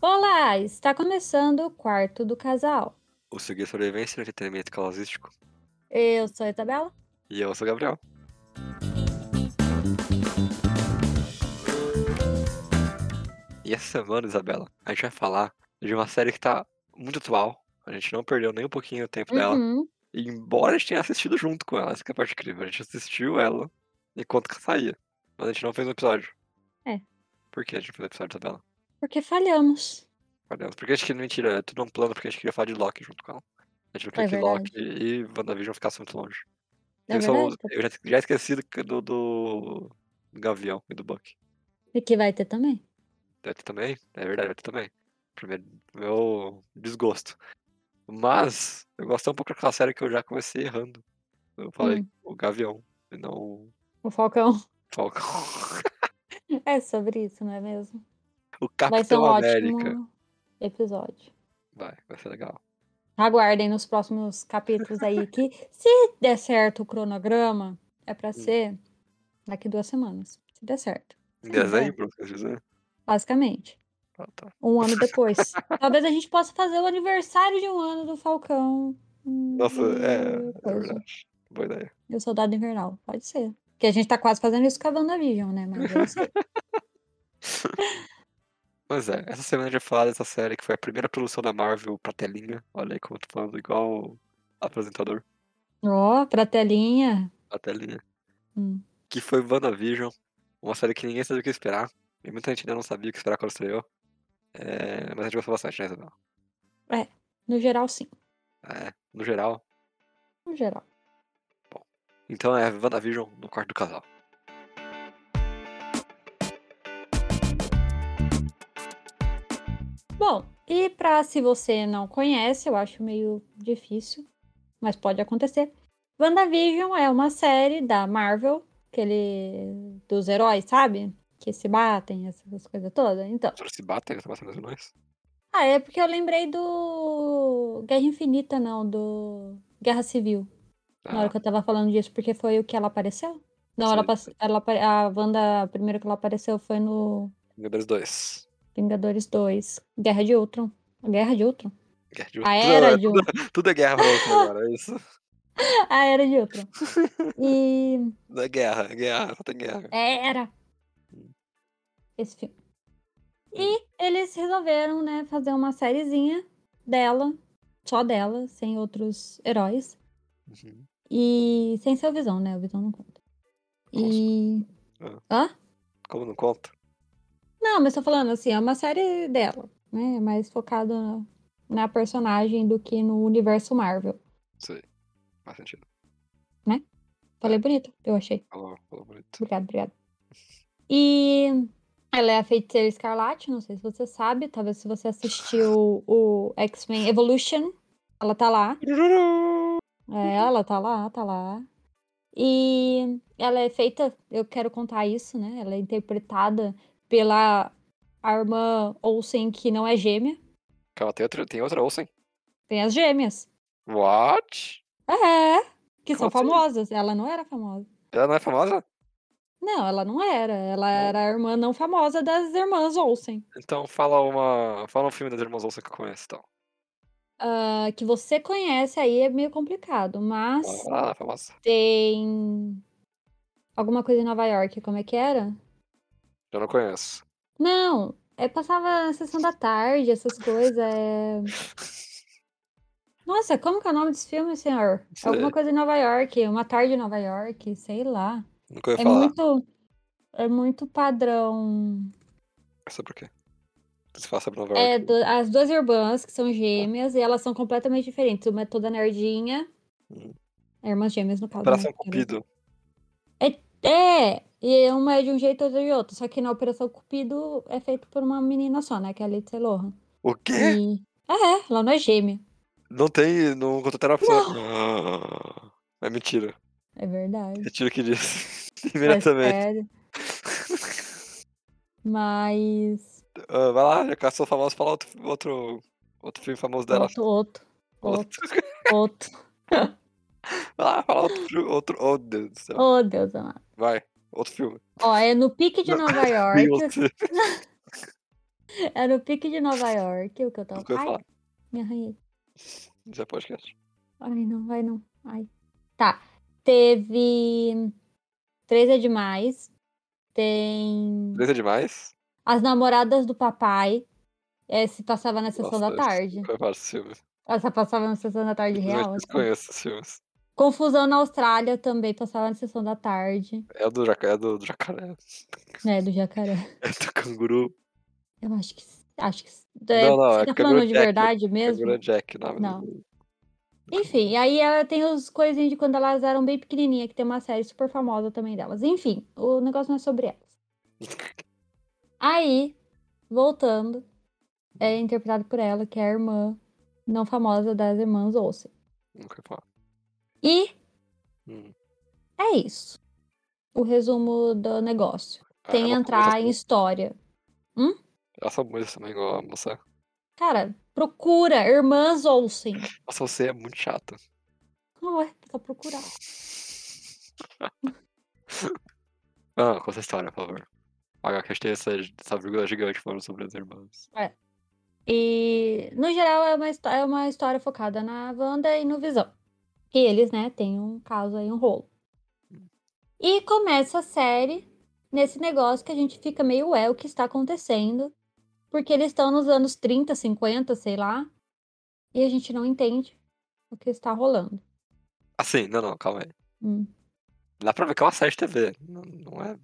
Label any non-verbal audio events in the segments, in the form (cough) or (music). Olá, está começando o quarto do casal. O Seguir Sobrevivência e Entretenimento Casalístico. Eu sou a Isabela. E eu sou o Gabriel. E essa semana, Isabela, a gente vai falar de uma série que tá muito atual. A gente não perdeu nem um pouquinho o tempo dela. Uhum. E embora a gente tenha assistido junto com ela, essa que é a parte incrível. A gente assistiu ela enquanto que saía. Mas a gente não fez um episódio. É. Por que a gente não fez um episódio, Isabela? Porque falhamos. Olha, Porque acho que mentira, é tudo um plano porque a gente queria falar de Loki junto com ela. A gente não queria É que verdade. Loki e Wandavision ficassem muito longe. É eu, só- verdade. eu já, já esqueci do, do, do Gavião e do Buck. E que vai ter também. Vai ter também? É verdade, vai ter também. Primeiro, meu desgosto. Mas eu gosto um pouco daquela série que eu já comecei errando. Eu falei Hum. o Gavião e não o O Falcão. (laughs) Falcão. (laughs) É sobre isso, não é mesmo? O Vai ser um Capitão América. ótimo episódio. Vai, vai ser legal. Aguardem nos próximos capítulos aí (laughs) que, se der certo o cronograma, é Hum. pra ser daqui duas semanas. Se der certo. Em Sim, vai. dezembro, quer dizer? Basicamente. Ah, tá. Um ano (laughs) depois. Talvez a gente possa fazer o aniversário de um ano do Falcão. hum, Nossa, é, e é coisa. verdade. Boa ideia. E o Soldado Invernal. Pode ser. Porque a gente tá quase fazendo isso com a WandaVision, né? Mas eu não sei. Pois é, essa semana a gente vai falar dessa série que foi a primeira produção da Marvel pra telinha. Olha aí como eu tô falando igual apresentador Ó, pra telinha. a telinha. Hum. Que foi WandaVision, uma série que ninguém sabia o que esperar. E muita gente ainda não sabia o que esperar quando estreou. É, mas a gente gostou bastante, né, Isabel? No geral, sim. É, no geral. No geral. Então é WandaVision no quarto do casal. Bom, e pra se você não conhece, eu acho meio difícil, mas pode acontecer. WandaVision é uma série da Marvel, aquele dos heróis, sabe? Que se batem, essas coisas todas. Então, Os caras se batem, estão batendo nós. ah, é porque eu lembrei do Guerra Infinita, não, do Guerra Civil. Ah, Na hora que eu tava falando disso, porque foi o que ela apareceu? Não, ela, Sim. pass- ela apa- a Wanda, a primeira que ela apareceu foi no Vingadores 2. Vingadores 2, Guerra de Ultron. Guerra de Ultron? Guerra de... A Tudo- Era de (laughs) Ultron. tudo, tudo é guerra pra você agora, é isso? A Era de (laughs) Ultron. E Não é guerra, é guerra, só tem guerra. era esse filme. E eles resolveram, né, fazer uma sériezinha dela, só dela, sem outros heróis. Uhum. E sem seu Visão, né? O Visão não conta. E... Ah. Hã? Como não conta? Não, mas tô falando assim, é uma série dela, né? Mais focada na- na personagem do que no universo Marvel. Sei. Faz sentido. Falei bonito, eu achei. Falou, falou bonito. Obrigado, obrigado. E ela é a feiticeira escarlate, não sei se você sabe, talvez se você assistiu o X-Men Evolution, ela tá lá. É, ela tá lá, tá lá. E ela é feita, eu quero contar isso, né? Ela é interpretada pela a irmã Olsen, que não é gêmea, Calma, tem outra, tem outra Olsen? tem as gêmeas. What? É, que são Como assim? famosas. Ela não era famosa. Ela não é famosa? Não, ela não era. Ela era a irmã não famosa das irmãs Olsen. Então fala uma. Fala um filme das irmãs Olsen que eu conheço, então. Ah, que você conhece aí é meio complicado, mas Ah, ela é famosa. tem alguma coisa em Nova York, como é que era? Eu não conheço. Não, é passava na sessão da tarde, essas coisas. é- Nossa, como que é o nome desse filme, senhor? Sei. Alguma coisa em Nova York, uma tarde em Nova York, sei lá. Nunca ouvi É falar. muito, é muito padrão. Sabe por quê? Você fala sobre Nova York. É, do- as duas irmãs, que são gêmeas, e elas são completamente diferentes. Uma é toda nerdinha. Uhum. É, irmãs gêmeas, no caso. né? Operação Cupido. É, e uma é de um jeito, outra de outro. Só que na Operação Cupido é feito por uma menina só, né? Que é a Lindsay Lohan. O quê? E... É, ela não é gêmea. Não tem. Não contrataram a pessoa. Não. É mentira. É verdade. Retiro o que (laughs) disse. É Imediatamente. sério. Mas... Ah, vai lá, já caçou famoso, fala outro, outro, outro filme famoso dela. Outro, outro, outro, outro. Vai lá, fala outro filme. Outro. Oh, Deus do céu. Oh, Deus amado. Vai. Outro filme. (laughs) Ó, é no pique de Nova York. Beyoncé. Era o é pique de Nova York, o que eu tava. Isso que eu ia Ai, falar. me arranhei. Isso é podcast. Ai, não vai não. Ai. Tá. Teve. Três é demais. Tem. Beleza demais? As namoradas do papai. eh, se passava na sessão da Nossa, é tarde. Eu faço esses filmes. Essa passava na sessão da tarde real. Eu assim. conheço esses filmes. Confusão na Austrália também passava na sessão da tarde. É do jacaré, é do, do jacaré. (laughs) Né, do jacaré. É do canguru. Eu acho que. Acho que. é, Não, não, você é tá Cameron falando de Jack, verdade mesmo? Canguru é Jack, o nome Não. do- Enfim, e aí ela tem os coisinhos de quando elas eram bem pequenininhas, que tem uma série super famosa também delas. Enfim, o negócio não é sobre elas. Aí, voltando, é interpretado por ela, que é a irmã não famosa das irmãs Olsen. Nunca falo. E Hum. é isso. O resumo do negócio. Ah, Tem ela- entrar em história. Elas são muitas também, igual a moça. Cara, procura irmãs Olsen. Nossa, você é muito chata. (laughs) Não é só procurar. Ah, conta a história, por favor. Agora que a gente tem essa, essa vírgula gigante falando sobre as irmãs. E, no geral, é uma, histó- é uma história focada na Wanda e no Visão. E eles, né, têm um caso aí, um rolo. E começa a série nesse negócio que a gente fica meio, é, o que está acontecendo? Porque eles estão nos anos 30, 50, sei lá, e a gente não entende o que está rolando. Ah, sim, não, não, calma aí. Hum. Dá pra ver que é uma série de TV. Não, não é.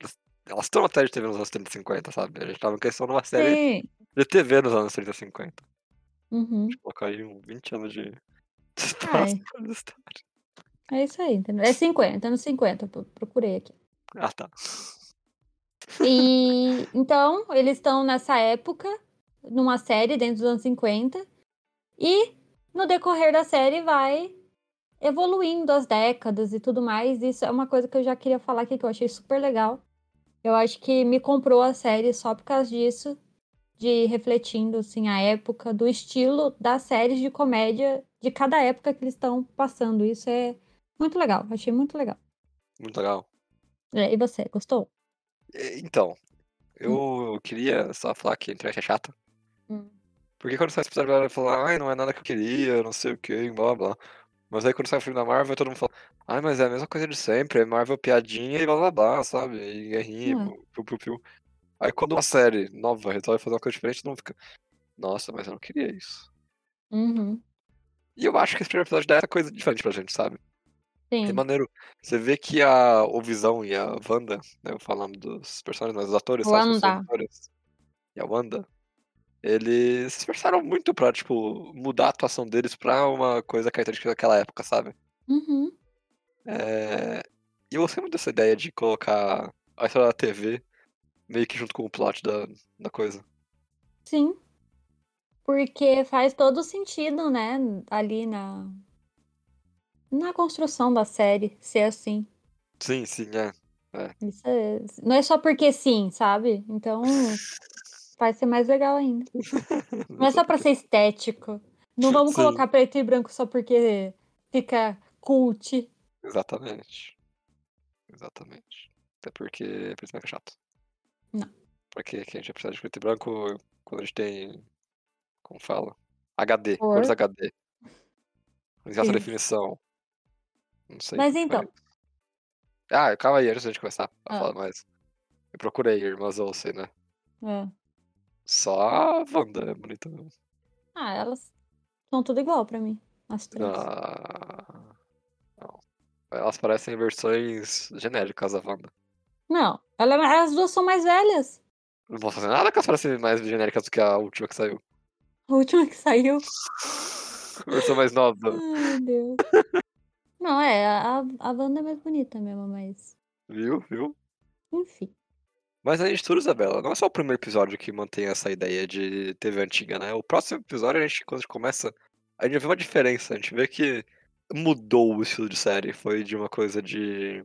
Elas- Elas estão na série de TV nos anos 30 e 50, sabe? A gente tava questão numa série Sim. de TV nos anos 30 e 50. Uhum. Colocar aí um 20 (laughs) anos de. de Ai. espaço pra eles tá estarem. É isso aí, entendeu? É 50, anos 50, pro- procurei aqui. Ah, tá. E então, eles estão nessa época, numa série dentro dos anos 50, e no decorrer da série vai evoluindo as décadas e tudo mais. Isso é uma coisa que eu já queria falar aqui que eu achei super legal. Eu acho que me comprou a série só por causa disso, de refletindo assim a época, do estilo das séries de comédia de cada época que eles estão passando. Isso é muito legal, achei muito legal. Muito legal. É, E você, gostou? É, Então, Hum. eu queria só falar que a internet é chata. Porque quando sai esse episódio, a galera fala, ai, não é nada que eu queria, não sei o que, blá blá. blá." Mas aí quando sai o filme da Marvel, todo mundo fala, ai, mas é a mesma coisa de sempre, é Marvel piadinha e blá blá blá, sabe? E guerrinha, Não é. pu- piu piu piu. Aí quando uma série nova resolve fazer uma coisa diferente, todo mundo fica, nossa, mas eu não queria isso. Uhum. E eu acho que esse primeiro episódio dá essa coisa diferente pra gente, sabe? É Sim. maneiro. Você vê que a o Visão e a Wanda, né? Eu falando dos personagens, mas dos atores, tá? Os Wanda. atores e a Wanda, eles se esforçaram muito pra, tipo, mudar a atuação deles pra uma coisa característica daquela época, sabe? Uhum. É, E eu gostei muito dessa ideia de colocar a história da TV meio que junto com o plot da, da coisa. Sim. Porque faz todo sentido, né? Ali na. Na construção da série ser assim. Sim, sim, é. Isso é- Não é só porque sim, sabe? Então vai ser mais legal ainda. Não é só pra ser estético. Não vamos Sim. colocar preto e branco só porque fica cult. Exatamente. Exatamente. Até porque preto e branco é chato. Não. Porque que a gente precisa de preto e branco quando a gente tem. Como fala? HD, Cor. cores HD. Exata Sim. definição. Não sei. Mas como é então. isso. Ah, calma aí, antes da gente começar a Ah. falar mais. Eu procurei Irmãs Olsen, né? é. Só a Wanda é bonita mesmo. Ah, elas são tudo igual pra mim. As três. Ah, Não. Elas parecem versões genéricas da Wanda. Não. ela- é, As duas são mais velhas. Não posso fazer nada que elas parecem mais genéricas do que a última que saiu. A última que saiu. Versão mais nova. Ai, meu Deus. Não, é, a, a Wanda é mais bonita mesmo, mas. Viu? Viu? Enfim. Mas além de tudo, Isabela, não é só o primeiro episódio que mantém essa ideia de TV antiga, né? O próximo episódio, a gente, quando a gente começa, a gente vê uma diferença. A gente vê que mudou o estilo de série. Foi de uma coisa de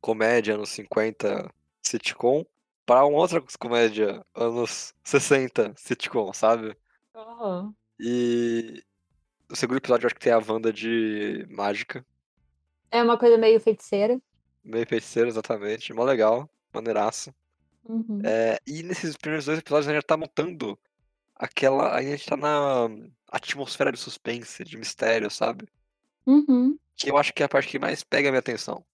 comédia anos 50, sitcom, para uma outra comédia anos 60, sitcom, sabe? E o segundo episódio, eu acho que tem a Wanda de mágica. É uma coisa meio feiticeira. Meio feiticeiro, exatamente. Mó legal. Maneiraço. Uhum. É, e nesses primeiros dois episódios a gente tá montando aquela. A gente tá na atmosfera de suspense, de mistério, sabe? Uhum. Que eu acho que é a parte que mais pega a minha atenção.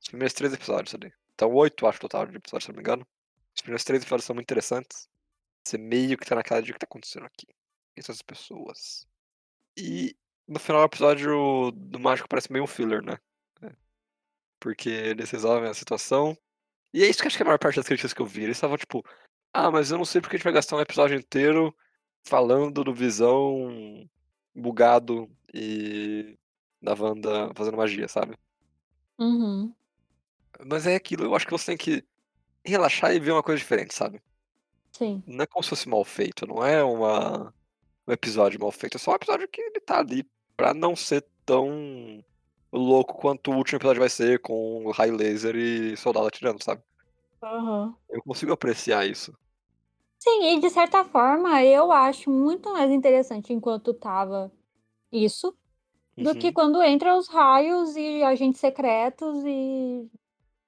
Os primeiros três episódios ali. Então, oito, acho, total de episódios, se não me engano. Os primeiros três episódios são muito interessantes. Você meio que tá naquela de o que tá acontecendo aqui. Quem são essas pessoas? E no final do episódio do Mágico parece meio um filler, né? É. Porque eles resolvem a situação. E é isso que eu acho que é a maior parte das críticas que eu vi. Eles estavam tipo, ah, mas eu não sei porque a gente vai gastar um episódio inteiro falando do visão bugado e da Wanda fazendo magia, sabe? Uhum. Mas é aquilo, eu acho que você tem que relaxar e ver uma coisa diferente, sabe? Sim. Não é como se fosse mal feito, não é uma, um episódio mal feito, é só um episódio que ele tá ali pra não ser tão louco quanto o último episódio vai ser com o raio laser e soldado atirando, sabe? Uhum. Eu consigo apreciar isso. Sim, e de certa forma eu acho muito mais interessante enquanto tava isso do Uhum. que quando entra os raios e agentes secretos e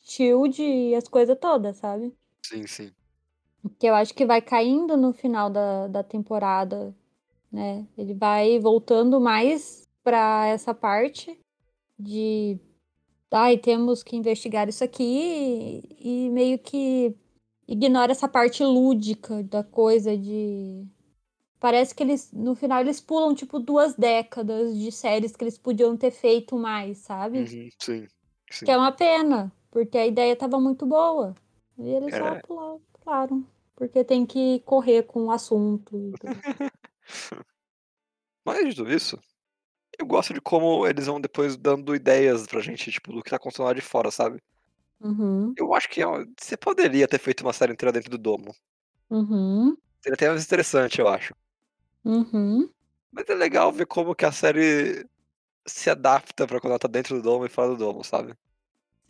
shield e as coisas todas, sabe? Sim, sim. Que eu acho que vai caindo no final da, da temporada, né? Ele vai voltando mais pra essa parte de. Ai, temos que investigar isso aqui e, e meio que ignora essa parte lúdica da coisa de. Parece que eles, no final, eles pulam, tipo, duas décadas de séries que eles podiam ter feito mais, sabe? Uhum, sim, sim. Que é uma pena, porque a ideia tava muito boa. E eles só É. pularam, pularam, porque tem que correr com o assunto. e (laughs) tudo. Mas de tudo isso, eu gosto de como eles vão depois dando ideias pra gente, tipo, do que tá acontecendo lá de fora, sabe? Uhum, Eu acho que é uma- você poderia ter feito uma série inteira dentro do domo. uhum, Seria até mais interessante, eu acho. uhum. Mas é legal ver como que a série se adapta pra quando ela tá dentro do domo e fora do domo, sabe?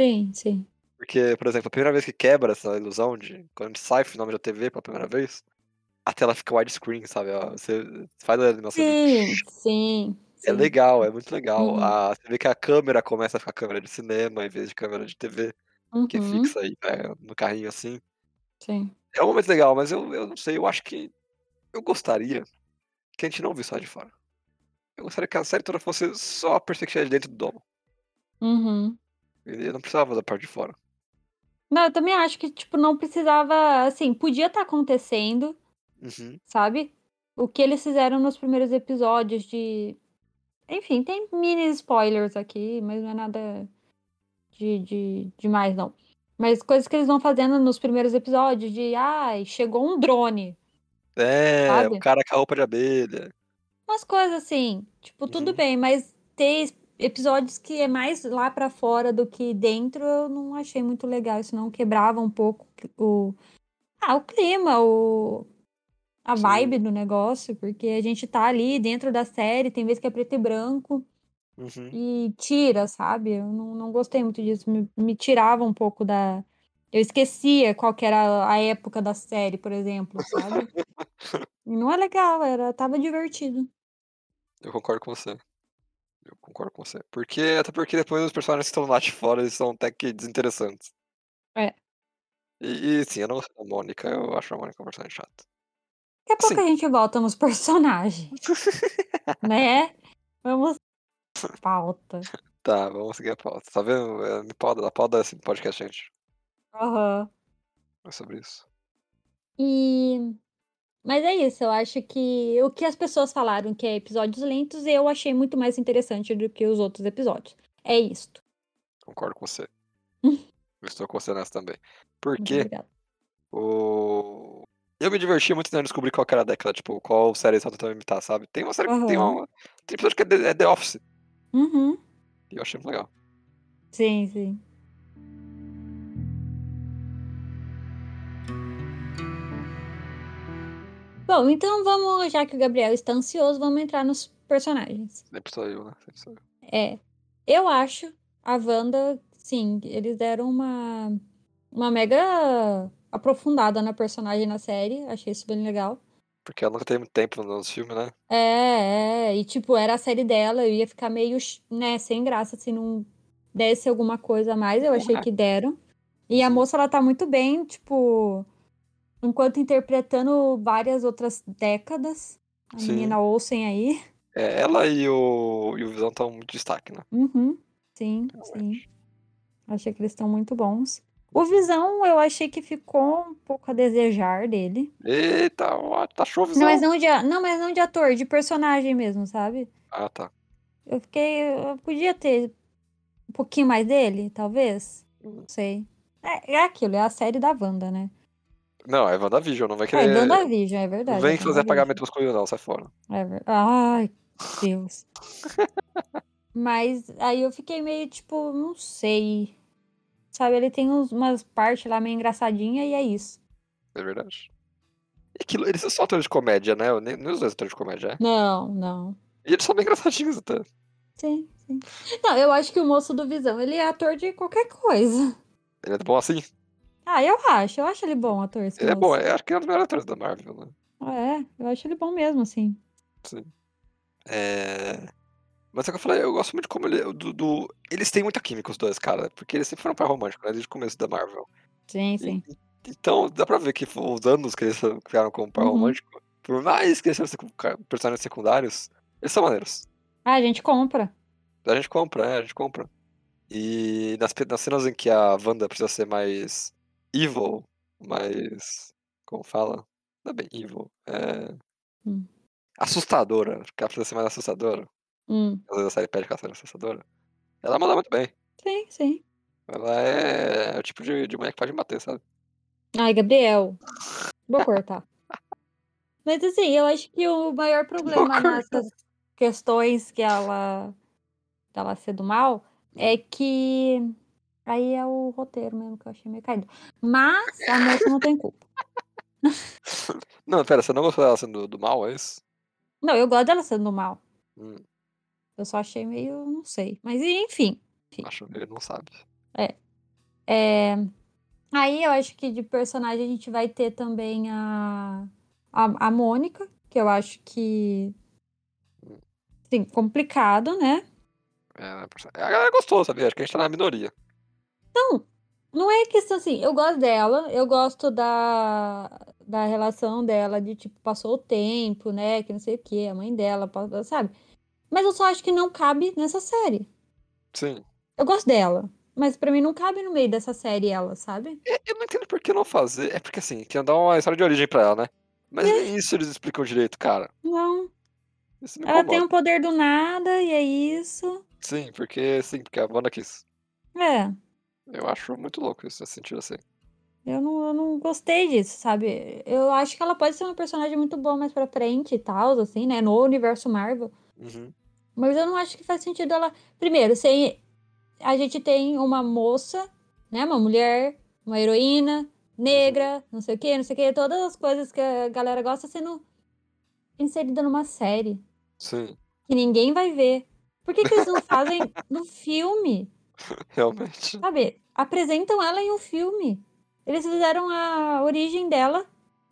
Sim, sim. Porque, por exemplo, a primeira vez que quebra essa ilusão de quando a gente sai o fenômeno da TV pela primeira vez, a tela fica widescreen, sabe? Ó, Você faz a animação Sim, de... sim. É sim. legal, é muito legal. Uhum. A- você vê que a câmera começa a ficar câmera de cinema em vez de câmera de TV, que é Uhum, fixa aí né, no carrinho assim. sim. É um momento legal, mas eu, eu não sei, eu acho que eu gostaria que a gente não visse só de fora. Eu gostaria que a série toda fosse só a perspectiva de dentro do domo. Uhum. E eu não precisava da parte de fora. Não, eu também acho que, tipo, não precisava, assim, podia estar acontecendo, Uhum. sabe? O que eles fizeram nos primeiros episódios de. Enfim, tem mini spoilers aqui, mas não é nada de, de, demais, não. Mas coisas que eles vão fazendo nos primeiros episódios, de ai, chegou um drone. É, o Sabe? cara com a roupa de abelha. Umas coisas assim, tipo, tudo Uhum. bem, mas ter es- episódios que é mais lá pra fora do que dentro, eu não achei muito legal. Isso não quebrava um pouco o. Ah, o clima, o. A Sim. vibe do negócio, porque a gente tá ali dentro da série, tem vezes que é preto e branco, Uhum. e tira, sabe? Eu não, não gostei muito disso, me, me tirava um pouco da. Eu esquecia qual que era a época da série, por exemplo, sabe? (laughs) E não é legal, era, tava divertido. Eu concordo com você. Eu concordo com você. Porque, até porque depois os personagens que estão lá de fora eles são até que desinteressantes. É. E, e, sim, eu não gosto da Mônica, eu acho a Mônica um personagem chata. Daqui a pouco Assim, a gente volta nos personagens, né? Vamos pauta. tá, vamos seguir a pauta. Tá vendo? É, Me pauta, a pauta desse podcast, gente. Aham. É sobre isso. E. Mas é isso, eu acho que o que as pessoas falaram que é episódios lentos, eu achei muito mais interessante do que os outros episódios. É isto. Concordo com (laughs) você. Eu estou com você nessa também. Muito Porque obrigada. Uhum. o. Eu me diverti muito tentando descobrir qual que era a década, tipo, qual série eles estão tentando imitar, sabe? Tem uma série que tem Aham. uma. Tem episódio que é The, é The Office. Uhum. E eu achei muito legal. Sim, sim. Bom, então vamos, já que o Gabriel está ansioso, vamos entrar nos personagens. Sempre sou eu, né? Sempre sou eu. É, eu acho a Wanda, sim, eles deram uma, uma mega aprofundada na personagem na série, achei isso bem legal. Porque ela nunca tem muito tempo nos filmes, né? É, é, e tipo, era a série dela, eu ia ficar meio, ch- né, sem graça se não desse alguma coisa a mais, eu achei que deram. E a moça, ela tá muito bem, tipo, enquanto interpretando várias outras décadas. A Sim. menina Olsen aí. É, ela e o, e o Visão estão muito destaque, né? Uhum. Sim, sim. Achei que eles estão muito bons. O Visão, eu achei que ficou um pouco a desejar dele. Eita, ó, tá show o Não, Visão. mas é não de, a- não, mas não de ator, de personagem mesmo, sabe? Ah, tá. Eu fiquei. Eu podia ter um pouquinho mais dele, talvez. Não sei. É, é aquilo, é a série da Wanda, né? Não, é WandaVision, não vai É, querer... dando a vídeo, é verdade. não vem é fazer WandaVision. apagamento das coisas não, sai fora. É ver- Ai, (laughs) Deus. Mas aí eu fiquei meio tipo, não sei. Sabe, ele tem uns- umas partes lá meio engraçadinha e é isso. É verdade. E aquilo, eles são só atores de comédia, né? Eu Nem, nem os dois atores de comédia, é? Não, não. E eles são bem engraçadinhos tá? até. Sim, sim. Não, eu acho que o moço do Visão, ele é ator de qualquer coisa. Ele é bom assim? Ah, eu acho. Eu acho ele bom, ator. esse Ele é bom, moço. eu acho que ele é um dos melhores atores da Marvel, né? É, eu acho ele bom mesmo, assim. É... Mas é o que eu falei, eu gosto muito de como ele. Do, do- Eles têm muita química, os dois, cara. Porque eles sempre foram para romântico, né? Desde o começo da Marvel. Sim, sim. Então, dá pra ver que foi os anos que eles criaram como um par Uhum. romântico, por mais que eles sejam secu- ca- personagens secundários, eles são maneiros. Ah, a gente compra. A gente compra, né? A gente compra. E nas, pe- nas cenas em que a Wanda precisa ser mais evil, mais. Como fala? Não é bem evil. É. Hum. Assustadora. Que ela precisa ser mais assustadora. Hum. Às vezes a série pede que ela seja assustadora. Ela manda muito bem. Sim, sim. Ela é o tipo de, de mulher que pode me bater, sabe? Ai, Gabriel. Vou cortar. Mas assim, eu acho que o maior problema cortar. nessas questões que ela dela ser do mal é que aí é o roteiro mesmo que eu achei meio caído. Mas a moça não tem culpa. Não, pera, você não gostou dela sendo do, do mal, é isso? Não, eu gosto dela sendo do mal. Hum. Eu só achei meio, não sei. Mas enfim. Acho que ele não sabe. É, Aí eu acho que de personagem a gente vai ter também a, a, a Mônica, que eu acho que. Sim, complicado, né? É, né, por- a galera gostou, sabia? Acho que a gente tá na minoria. Então, não é questão assim, eu gosto dela, eu gosto da, da relação dela, de tipo, passou o tempo, né? Que não sei o quê, a mãe dela, pa- sabe? Mas eu só acho que não cabe nessa série. Sim. Eu gosto dela, mas pra mim não cabe no meio dessa série ela, sabe? E- Eu não entendo por que não fazer. É porque assim, tinha que dar uma história de origem pra ela, né? Mas É. nem isso eles explicam direito, cara. Não. Isso me Então, Ela incomoda. tem um poder do nada e é isso. Sim, porque sim, porque a banda quis. É. Eu acho muito louco isso nesse sentido assim. Eu não, eu não gostei disso, sabe? Eu acho que ela pode ser uma personagem muito boa mais pra frente e tal, assim, né? No universo Marvel. Uhum. Mas eu não acho que faz sentido ela. Primeiro, sem. A gente tem uma moça, né? Uma mulher, uma heroína, negra, não sei o quê, não sei o quê. Todas as coisas que a galera gosta sendo inserida numa série Sim, (laughs) que ninguém vai ver. Por que, que eles não fazem no filme? realmente. sabe, apresentam ela em um filme. Eles fizeram a origem dela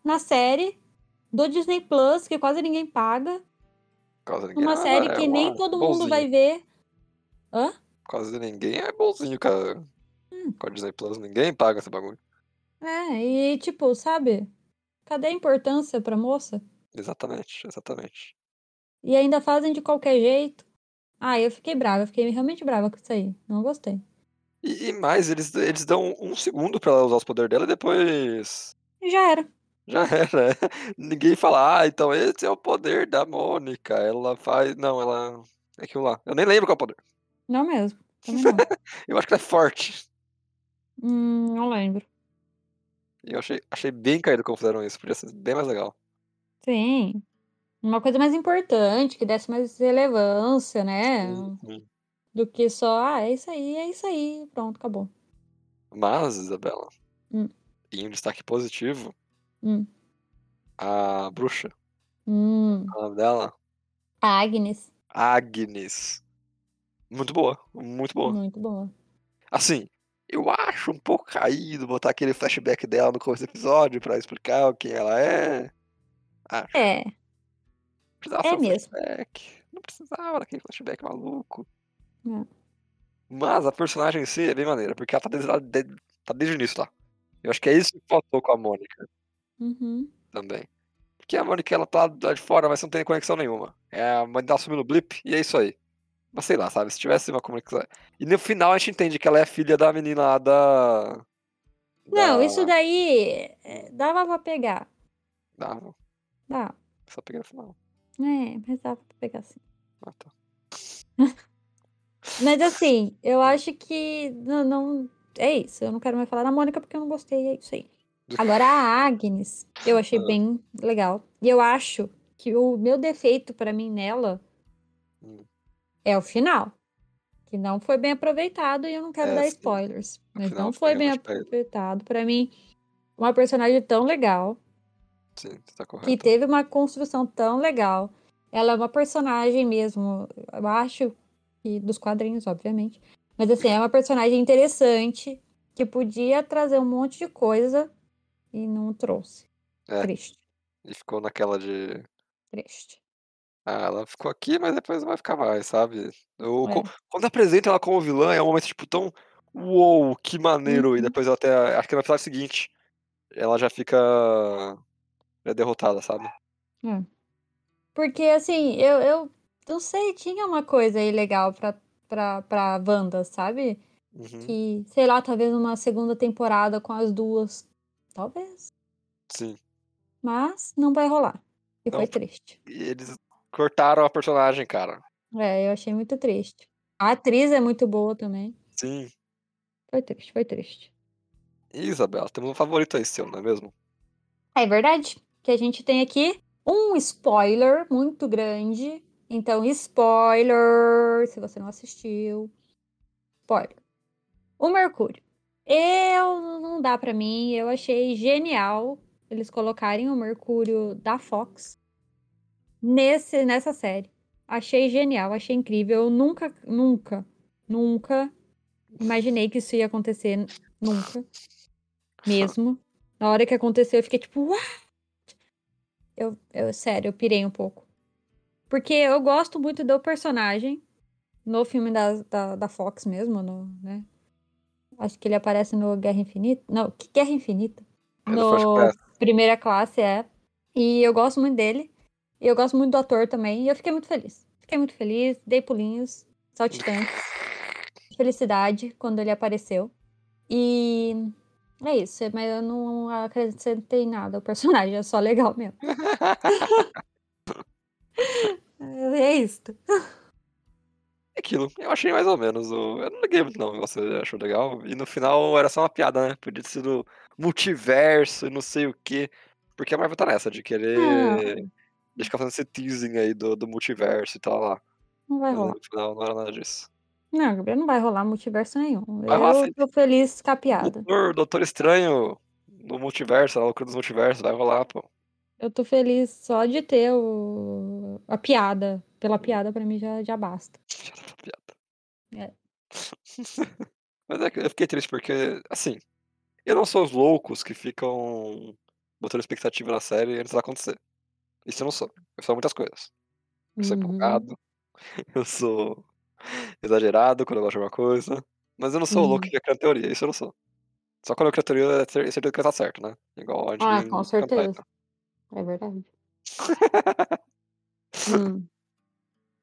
na série do Disney Plus, que quase ninguém paga. Quase ninguém Uma é- série é que uma- nem todo bonzinho. mundo vai ver. Quase ninguém é bonzinho, cara. Hum. Com a Disney Plus, ninguém paga esse bagulho. É, e tipo, sabe? Cadê a importância pra moça? Exatamente, exatamente. E ainda fazem de qualquer jeito. Ah, eu fiquei brava, eu fiquei realmente brava com isso aí. Não gostei. E, e mais, eles, eles dão um segundo pra ela usar os poderes dela e depois. E já era. Já (laughs) era. né? Ninguém fala, ah, então esse é o poder da Mônica. Ela faz. Não, ela. É aquilo lá. Eu nem lembro qual é o poder. Não mesmo. Também (laughs) não. Eu acho que ela é forte. hum, não lembro. E eu achei, achei bem caído como fizeram isso. Podia ser bem mais legal. Sim. Uma coisa mais importante, que desse mais relevância, né? Uhum. do que só, ah, é isso aí, é isso aí, pronto, acabou. Mas, Isabela, Hum. em um destaque positivo, Hum. a bruxa, Hum, o nome dela, a Agnes, Agnes. Muito boa, muito boa. muito boa. Assim, eu acho um pouco caído botar aquele flashback dela no começo do episódio pra explicar o quem ela é. Acho. É, Precisava É ser um mesmo. flashback. Não precisava daquele flashback maluco. Não. é Mas a personagem em si é bem maneira, porque ela tá, des- ela de- tá Tá desde o início lá. Eu acho que é isso que faltou com a Mônica Uhum. também. Porque a Mônica, ela tá lá de fora, mas não tem conexão nenhuma. É a mãe dela sumiu no blip e é isso aí. Mas sei lá, sabe? Se tivesse uma comunicação. E no final a gente entende que ela é filha da menina lá da. Não, da- isso daí é, dava pra pegar. da- Dá. Só peguei no final. É, mas dava pra pegar sim. Ah, tá. Mas assim, eu acho que não, não- É isso. Eu não quero mais falar da Mônica porque eu não gostei. É isso aí. Agora a Agnes, eu achei Ah. bem legal. E eu acho que o meu defeito pra mim nela Hum. é o final. Que não foi bem aproveitado e eu não quero É, dar sim. spoilers. Mas final não foi foi bem realmente péssimo. aproveitado. Pra mim, uma personagem tão legal Sim, você tá correto. que teve uma construção tão legal. Ela é uma personagem mesmo, eu acho que dos quadrinhos, obviamente. Mas assim, é uma personagem interessante que podia trazer um monte de coisa e não trouxe. É. Triste, E ficou naquela de. triste. Ah, ela ficou aqui, mas depois não vai ficar mais, sabe? Ou É. co- Quando apresenta ela como vilã, é um momento, tipo, tão. Uou, que maneiro! E Uhum. depois ela até. Acho que no episódio seguinte, ela já fica. Já é derrotada, sabe? Porque assim, eu, eu não sei, tinha uma coisa aí legal pra, pra, pra Wanda, sabe? Uhum, Que, sei lá, talvez uma segunda temporada com as duas. Talvez. Sim. Mas não vai rolar. E Não, foi por- triste. E eles cortaram a personagem, cara. É, eu achei muito triste. A atriz é muito boa também. Sim. Foi triste, foi triste. E, Isabela, temos um favorito aí seu, não é mesmo? É verdade que a gente tem aqui um spoiler muito grande. Então, spoiler, se você não assistiu. Spoiler. O Mercúrio. Eu não dá pra mim, eu achei genial eles colocarem o Mercúrio da Fox nesse nessa série. Achei genial, achei incrível. Eu nunca, nunca, nunca imaginei que isso ia acontecer, n- nunca mesmo. Na hora que aconteceu, eu fiquei tipo, what? Eu, eu, sério, eu pirei um pouco. Porque eu gosto muito do personagem no filme da, da, da Fox mesmo, no, né? Acho que ele aparece no Guerra Infinita. Não, que Guerra Infinita? É do First No- Class. Primeira classe, é. E eu gosto muito dele. E eu gosto muito do ator também. E eu fiquei muito feliz. Fiquei muito feliz, dei pulinhos, (laughs) saltitantes. de Felicidade quando ele apareceu. E é isso, mas eu não acrescentei nada ao personagem, é só legal (laughs) mesmo. é isso. É aquilo. Eu achei mais ou menos. o- Eu não liguei muito, não. Você achou legal? E no final era só uma piada, né? Podia ter sido multiverso e não sei o quê. Porque a Marvel tá nessa, de querer. De ficar fazendo esse teasing aí do, do multiverso e tal lá. Não vai Mas rolar. no final não era nada disso. Não, Gabriel, não vai rolar multiverso nenhum. Vai rolar eu sim. tô feliz com a piada. Doutor, Doutor Estranho no multiverso, a loucura dos multiversos, vai rolar, pô. Eu tô feliz só de ter o... a piada. Pela piada, pra mim, já, já basta. Já tá piada. É. Mas é que eu fiquei triste porque, assim, eu não sou os loucos que ficam botando expectativa na série antes dela acontecer. Isso eu não sou. Eu sou muitas coisas. Eu sou Uhum. é empolgado, (laughs) eu sou exagerado quando eu gosto de alguma coisa. Mas eu não sou o louco Uhum. que cria teoria, isso eu não sou. Só quando eu crio teoria, é cer- certeza que vai estar certo, né? Igual a gente Ah, viu em com Attack on certeza. Titan. É verdade. Hum.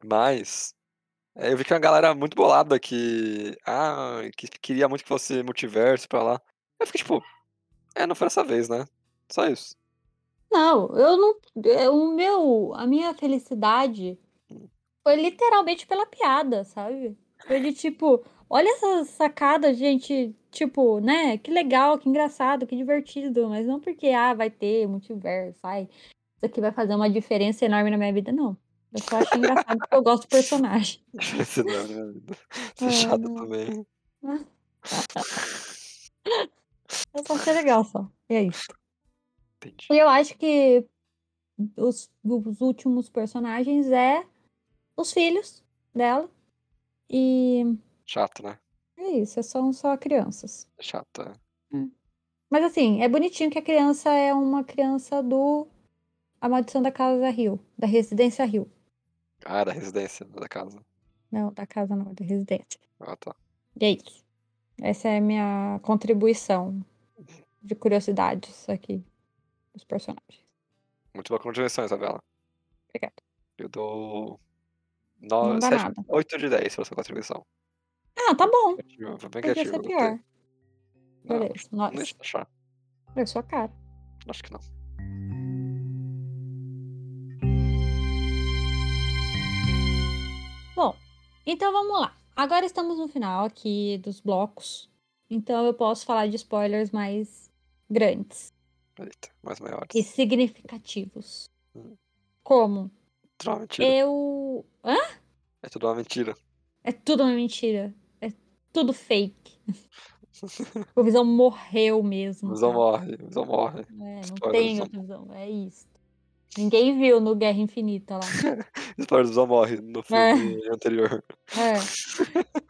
Mas é, eu vi que uma galera muito bolada que. Ah, que queria muito que fosse multiverso pra lá. Eu fiquei tipo, é, não foi dessa vez, né? Só isso. (laughs) Não, eu não. é, O meu, a minha felicidade foi literalmente pela piada, sabe? Foi de tipo, olha essa sacada, gente. Tipo, né? Que legal, que engraçado, que divertido. Mas não porque, ah, vai ter multiverso, ai, isso aqui vai fazer uma diferença enorme na minha vida, não. Eu só achei engraçado porque eu gosto do personagem. Esse não, né? Esse É, chato não. também. Eu só achei legal só. E é isso. Entendi. E eu acho que os, os últimos personagens é os filhos dela. E Chato, né? é isso, são só crianças. Chato, é. Mas assim, é bonitinho que a criança é uma criança do A Maldição da Casa Rio, da Residência Rio. Ah, da residência da casa. Não, da casa não, da residência. Ah, tá. é E é isso. Essa é a minha contribuição de curiosidades aqui dos personagens. Muito boa contribuição, Isabela. Obrigada. Eu dou Não 9, dá 7, nada. 8 de 10 pela sua contribuição. Ah, tá bom. Criativo, Foi bem Podia criativo. ser gostei. pior. Não, Beleza. não Nossa, deixa eu achar. é sua cara. Acho que não. Bom, então vamos lá. Agora estamos no final aqui dos blocos. Então eu posso falar de spoilers mais grandes Eita, mais maiores. e significativos. Hum. Como? Tudo é uma mentira. Eu. Hã? É tudo uma mentira. É tudo uma mentira. É tudo (laughs) fake. o Visão morreu mesmo. Visão cara. morre, visão morre. É, não Spoiler, tem Visão. outra visão. É isso. Ninguém viu no Guerra Infinita lá. História do visão morre no filme Ah. anterior. É.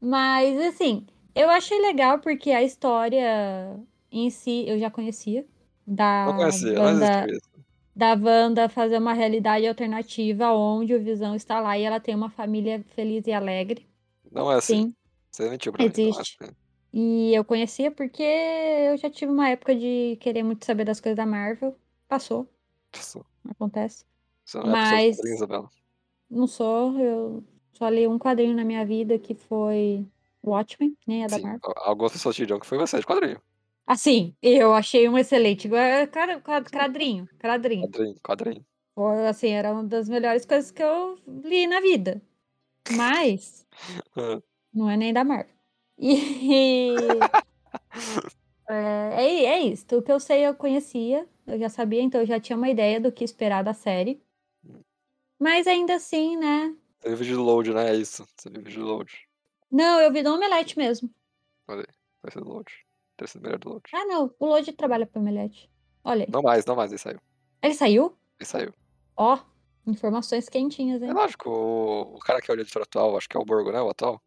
Mas, assim, eu achei legal porque a história em si eu já conhecia. Da Não conhecia, mas Wanda, escrevi isso. da Wanda fazer uma realidade alternativa onde o Visão está lá e ela tem uma família feliz e alegre. Não é assim. Sim. Você mentiu pra mim. não é Existe. assim. E eu conhecia porque eu já tive uma época de querer muito saber das coisas da Marvel. Passou, Isso- acontece. isso não é pessoa de Mas- quadrinhos, Isabela. Não sou, eu só li um quadrinho na minha vida que foi Watchmen, nem é da Sim, Marvel. al- algumas pessoas te dirão que foi você de quadrinho. Assim, eu achei um excelente. gua- Cara, qua- quadrinho, quadrinho. Quadrinho, quadrinho. Foi, Assim, era uma das melhores coisas que eu li na vida. Mas Ah, não é nem da Marvel. E. (laughs) é, é, é isso. O que eu sei, eu conhecia, eu já sabia, então eu já tinha uma ideia do que esperar da série. Mas ainda assim, né? Você viu vídeo de load, né? É isso. Você viu vídeo de load. Não, eu vi do Omelete mesmo. Vai ser do load. Deve ser melhor do load. Ah, não, o Lodi trabalha para Omelete. Olha aí. Não mais, não mais. Ele saiu. Ele saiu? Ele saiu. Ó, informações quentinhas, hein? É lógico, o, o cara que é o editor atual, acho que é o Borgo, né? O atual.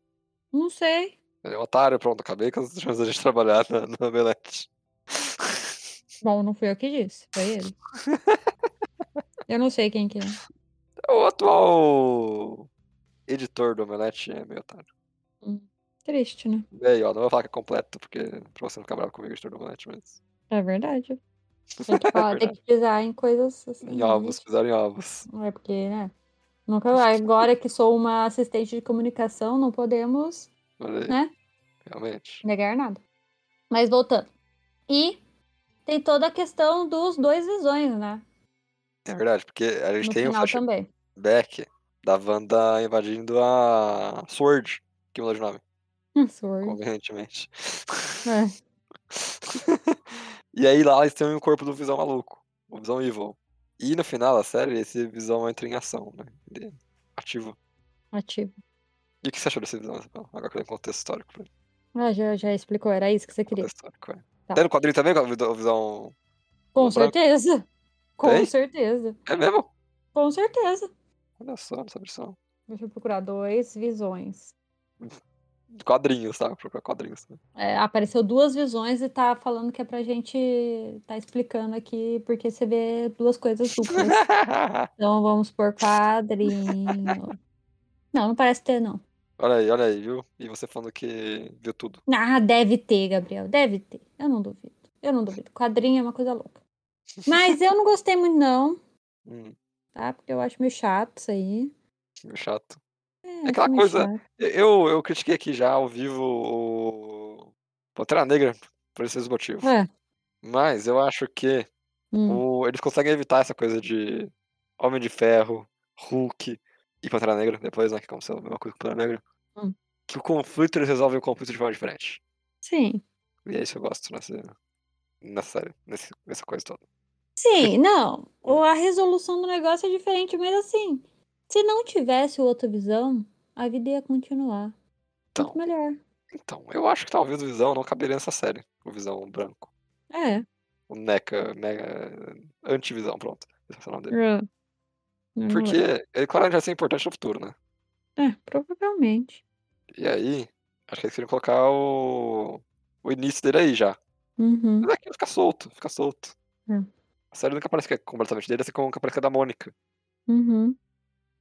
Não sei. Ele é um otário, pronto. Acabei com as chances da gente (laughs) trabalhar na, na Omelete. Bom, não fui eu que disse, foi ele. eu não sei quem que é. O atual editor do Omelete é meio otário. Triste, né? E aí, ó, não vou falar que é completo, porque pra você não ficar bravo comigo, editor do Omelete, mas. É verdade. Tem que, falar, tem (laughs) que pisar em coisas assim. Em ovos, né? fizeram em ovos. Não é porque, né? Nunca vai. Agora que sou uma assistente de comunicação, não podemos Olha aí. Né? Realmente. negar nada. Mas voltando. E tem toda a questão dos dois visões, né? É verdade, porque a gente No tem o final (laughs) também. flashback da Wanda invadindo a Sword, que mudou de nome, Sword. convenientemente. É. (laughs) e aí lá eles têm o corpo do Visão Maluco, o Visão Evil. E no final da série, esse Visão entra em ação, né? Ele é ativo. Ativo. E o que você achou desse Visão? Isabel? Agora que eu dei contexto histórico pra ele. Ah, já, já explicou, era isso que você queria. Contexto histórico, é. Tá. Tem no quadrinho também com a visão- visão... Com Comprar- um certeza. Com Tem? certeza. É mesmo? Com certeza. Olha só, não sabia disso não. Deixa eu procurar dois visões. Quadrinhos, tá? Vou procurar quadrinhos. (laughs) Né? É, apareceu duas visões e tá falando que é pra gente tá explicando aqui porque você vê duas coisas (laughs) duplas. Então vamos por quadrinho. Não, não parece ter, não. Olha aí, olha aí, viu? E você falando que viu tudo. Ah, deve ter, Gabriel. Deve ter. Eu não duvido. Eu não duvido. Quadrinho é uma coisa louca. Mas eu não gostei muito, não, Hum, tá? Porque eu acho meio chato isso aí. que chato. É, aquela acho meio coisa- chato. E- Eu, eu critiquei aqui já ao vivo o Pantera Negra por esses motivos. É. Mas eu acho que Hum. o- eles conseguem evitar essa coisa de Homem de Ferro, Hulk e Pantera Negra, depois, né? Que aconteceu a mesma coisa com Pantera Negra. Hum. Que o conflito eles resolvem o conflito de forma diferente. Sim. E é isso que eu gosto nessa, nessa série, nesse- nessa coisa toda. Sim, não. Ou a resolução do negócio é diferente, mas assim, se não tivesse o outro visão, a vida ia continuar. Então, Muito melhor. então, eu acho que talvez o Visão não caberia nessa série. O Visão branco. É. O Neca, Mega. Antivisão, pronto. Esse é o nome dele. é. Não, não é. Porque ele claramente vai ser importante no futuro, né? É, provavelmente. E aí, acho que eles queriam colocar o, o início dele aí já. Uhum. Mas aqui fica solto, fica solto. É. A série nunca parece que é completamente dele, assim como nunca parece que é da Mônica. Uhum.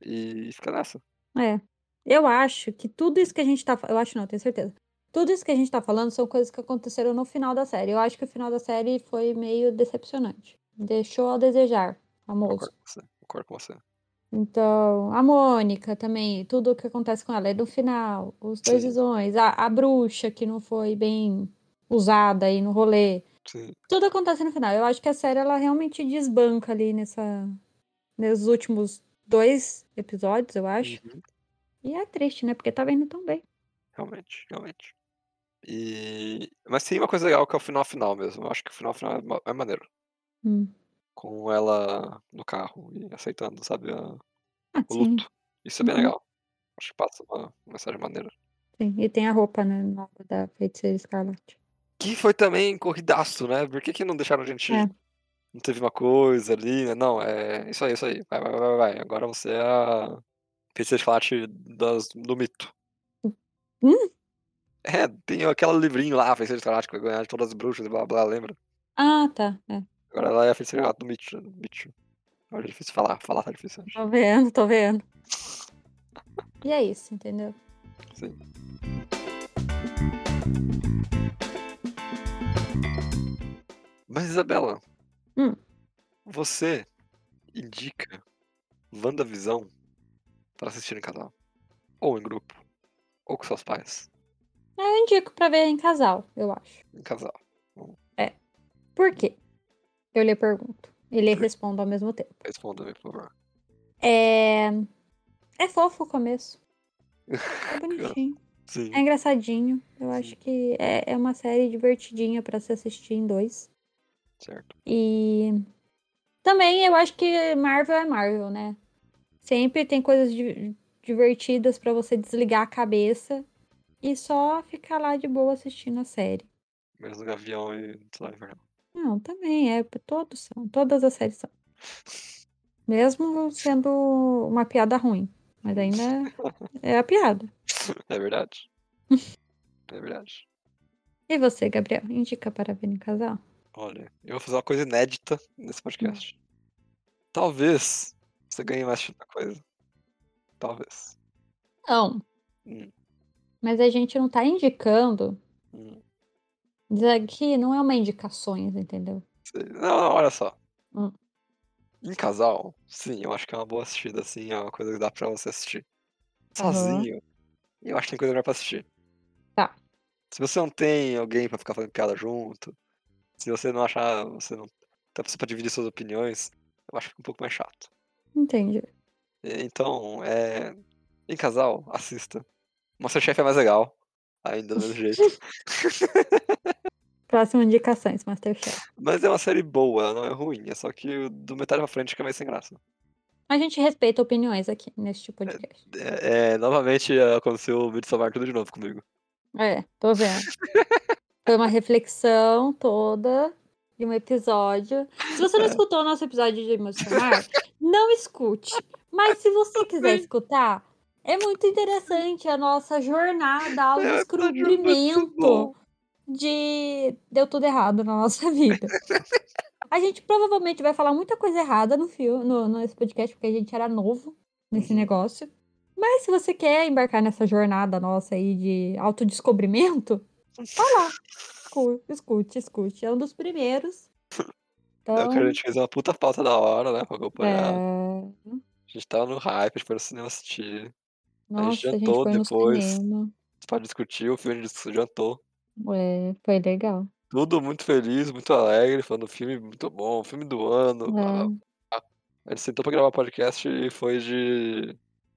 E fica nessa. É. Eu acho que tudo isso que a gente tá falando. Eu acho não, tenho certeza. Tudo isso que a gente tá falando são coisas que aconteceram no final da série. Eu acho que o final da série foi meio decepcionante. Deixou a desejar, famoso. Concordo com você. Concordo com você. Então, a Mônica também, tudo o que acontece com ela é no final. Os dois Sim. visões, a, a bruxa que não foi bem usada aí no rolê. Sim. Tudo acontece no final. Eu acho que a série ela realmente desbanca ali nessa, nos últimos dois episódios, eu acho. Uhum. E é triste, né? Porque tava indo tão bem. Realmente, realmente. E... Mas tem uma coisa legal que é o final final mesmo. Eu acho que o final final é ma- é maneiro. Hum. Com ela no carro e aceitando, sabe? a- Ah, O sim, luto. Isso é bem Uhum. legal. Acho que passa uma uma mensagem maneira. sim. E tem a roupa, né? Nova da feiticeira escarlate. Que foi também corridaço, né? Por que, que não deixaram a gente. É. Não teve uma coisa ali, né? Não, é isso aí, isso aí. Vai, vai, vai, vai. Agora você é a PC Flat das... do mito. Hum? É, tem aquele livrinho lá, PC Flat, que vai ganhar de todas as bruxas e blá blá, lembra? Ah, tá. É. Agora ela é a PC Flat do mito. do mito. Agora é difícil falar, falar tá difícil. Tô vendo, tô vendo. E é isso, entendeu? Sim. Mas Isabela, Hum. você indica WandaVisão para assistir em casal? Ou em grupo? Ou com seus pais? Eu indico pra ver em casal, eu acho. Em casal. Por quê? Eu lhe pergunto. E lhe Por quê? respondo ao mesmo tempo. Responda-me, por favor. É. É fofo o começo. É (laughs) bonitinho. Sim. É engraçadinho. Eu acho que é, é uma série divertidinha pra se assistir em dois. Certo. E também eu acho que Marvel é Marvel, né? Sempre tem coisas di- divertidas pra você desligar a cabeça e só ficar lá de boa assistindo a série. Menos o Gavião e sei lá, Invernal. Não, também é, todos são, todas as séries são. Mesmo sendo uma piada ruim, mas ainda é a piada. É verdade. É verdade. E você, Gabriel, indica para ver em casal? Olha, eu vou fazer uma coisa inédita nesse podcast. Talvez você ganhe mais de uma coisa. Talvez. Não. Hum. Mas a gente não tá indicando. Hum. Isso aqui não é uma indicações, entendeu? Sei. Não, não, olha só. Hum. Em casal, sim, eu acho que é uma boa assistida, assim, é uma coisa que dá pra você assistir. Aham. Sozinho, eu acho que tem coisa melhor pra assistir. Tá. Se você não tem alguém pra ficar fazendo piada junto, se você não achar, você não tem pessoa pra dividir suas opiniões, eu acho que fica um pouco mais chato. Entendi. É, Então, é... em casal, assista. Masterchef é mais legal. Ainda do mesmo (laughs) jeito. Próximo indicações, Masterchef. Mas é uma série boa, ela não é ruim. É só que do metade pra frente fica meio sem graça. A gente respeita opiniões aqui neste podcast. É, é, novamente é, aconteceu o vídeo salvar tudo de novo comigo. É, tô vendo. Foi uma reflexão toda de um episódio. Se É. você não escutou o nosso episódio de emocionar, não escute. Mas se você quiser escutar, é muito interessante a nossa jornada ao É, tá muito descobrimento bom. de deu tudo errado na nossa vida. A gente provavelmente vai falar muita coisa errada no filme, no, nesse podcast, porque a gente era novo nesse Uhum. negócio. Mas se você quer embarcar nessa jornada nossa aí de autodescobrimento, tá lá. Escu- Escute, escute. É um dos primeiros. (laughs) É Então, que a gente fez uma puta pauta da hora, né? Pra acompanhar. é, A gente tava no hype, a gente foi no cinema assistir. Nossa, a gente jantou foi depois. no cinema. Pode discutir, o filme a gente jantou. É, foi legal. Tudo muito feliz, muito alegre, falando filme muito bom, filme do ano. blá, blá, É. A gente sentou pra gravar podcast e foi de.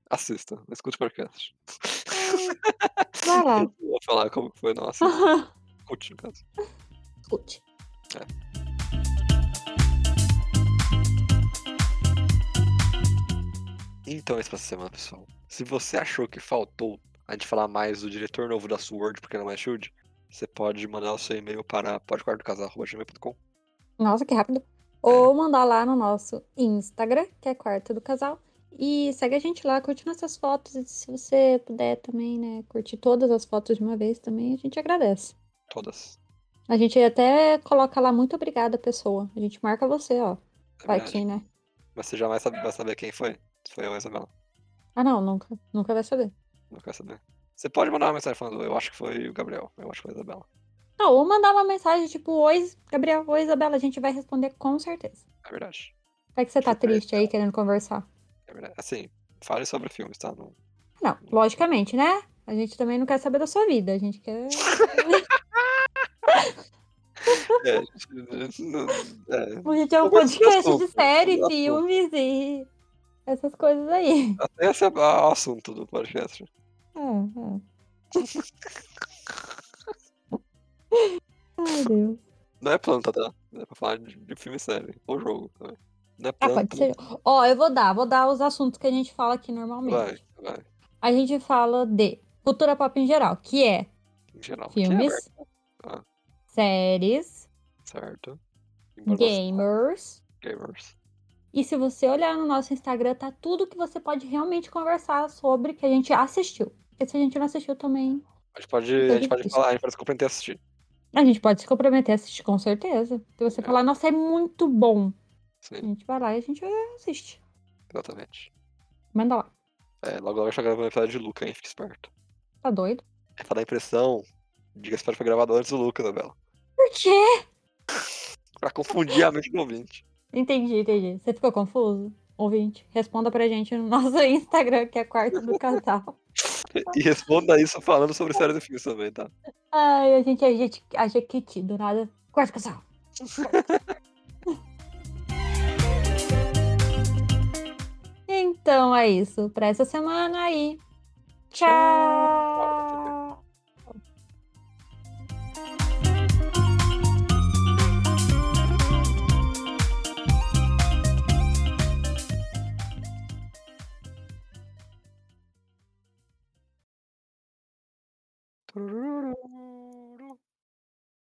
Assista, não escute podcast. Vai lá. Eu não vou falar como que foi, não. Assista, (laughs) escute, no caso. (laughs) Escute. Então, essa semana, pessoal. Se você achou que faltou a gente falar mais do diretor novo da Sword, porque não é Shield, você pode mandar o seu e-mail para podquartocasal.gmail.com. Nossa, que É. rápido. Ou mandar lá no nosso Instagram, que é Quarto do Casal. E segue a gente lá, curte nossas fotos. E se você puder também, né, curtir todas as fotos de uma vez também, a gente agradece. Todas. A gente até coloca lá, muito obrigada, pessoa. A gente marca você, ó. É Tá verdade. aqui, né? Mas você jamais sabe, vai saber quem foi. Se foi eu, ou a Isabela. Ah, não, nunca. Nunca vai saber. Não quer saber. Você pode mandar uma mensagem falando, eu acho que foi o Gabriel, eu acho que foi a Isabela. Ah, ou mandar uma mensagem tipo, oi, Gabriel, oi, Isabela, a gente vai responder com certeza. É verdade. É que você tá Deixa eu ver. triste aí, querendo conversar. É verdade. Assim, fale sobre filmes, tá? Não- Não, logicamente, né? A gente também não quer saber da sua vida, a gente quer... É, gente, não- é, A gente é um Vamos mudar de podcast de assunto, série, vamos mudar de filmes e essas coisas aí. (laughs) esse é o assunto do podcast. É, é. Ai, Deus. Não é planta, tá? É pra falar de, de filme e série, ou jogo também. Não é Ah, pode planta. ser. Ó, eu vou dar, vou dar os assuntos que a gente fala aqui normalmente. Vai, vai. A gente fala de cultura pop em geral, que é Em geral. que é aberto, filmes, Ah. séries, certo. Embora nós- gamers. Gamers. E se você olhar no nosso Instagram, tá tudo que você pode realmente conversar sobre que a gente assistiu. Porque se a gente não assistiu também, A gente pode, Então, a gente pode difícil. falar, a gente pode se compreender a assistir. A gente pode se comprometer a assistir, com certeza. Se você É. falar, nossa, é muito bom, a Sim, gente vai lá e a gente assiste. exatamente. Manda lá. É, logo agora a gente tá gravando o episódio de Luca, hein? Fique esperto. Tá doido? (laughs) É pra dar impressão. Diga se pode foi gravado antes do Luca, Isabela. Por quê? Pra confundir a mente do ouvinte. (laughs) Entendi, entendi. Você ficou confuso? Ouvinte, responda pra gente no (laughs) nosso Instagram, que é quarto do (laughs) casal. E responda isso falando sobre séries e filmes também, tá? Ai, a gente é gente, a Jequiti, do nada. Quarto do (laughs) casal. Então é isso pra essa semana aí. Tchau!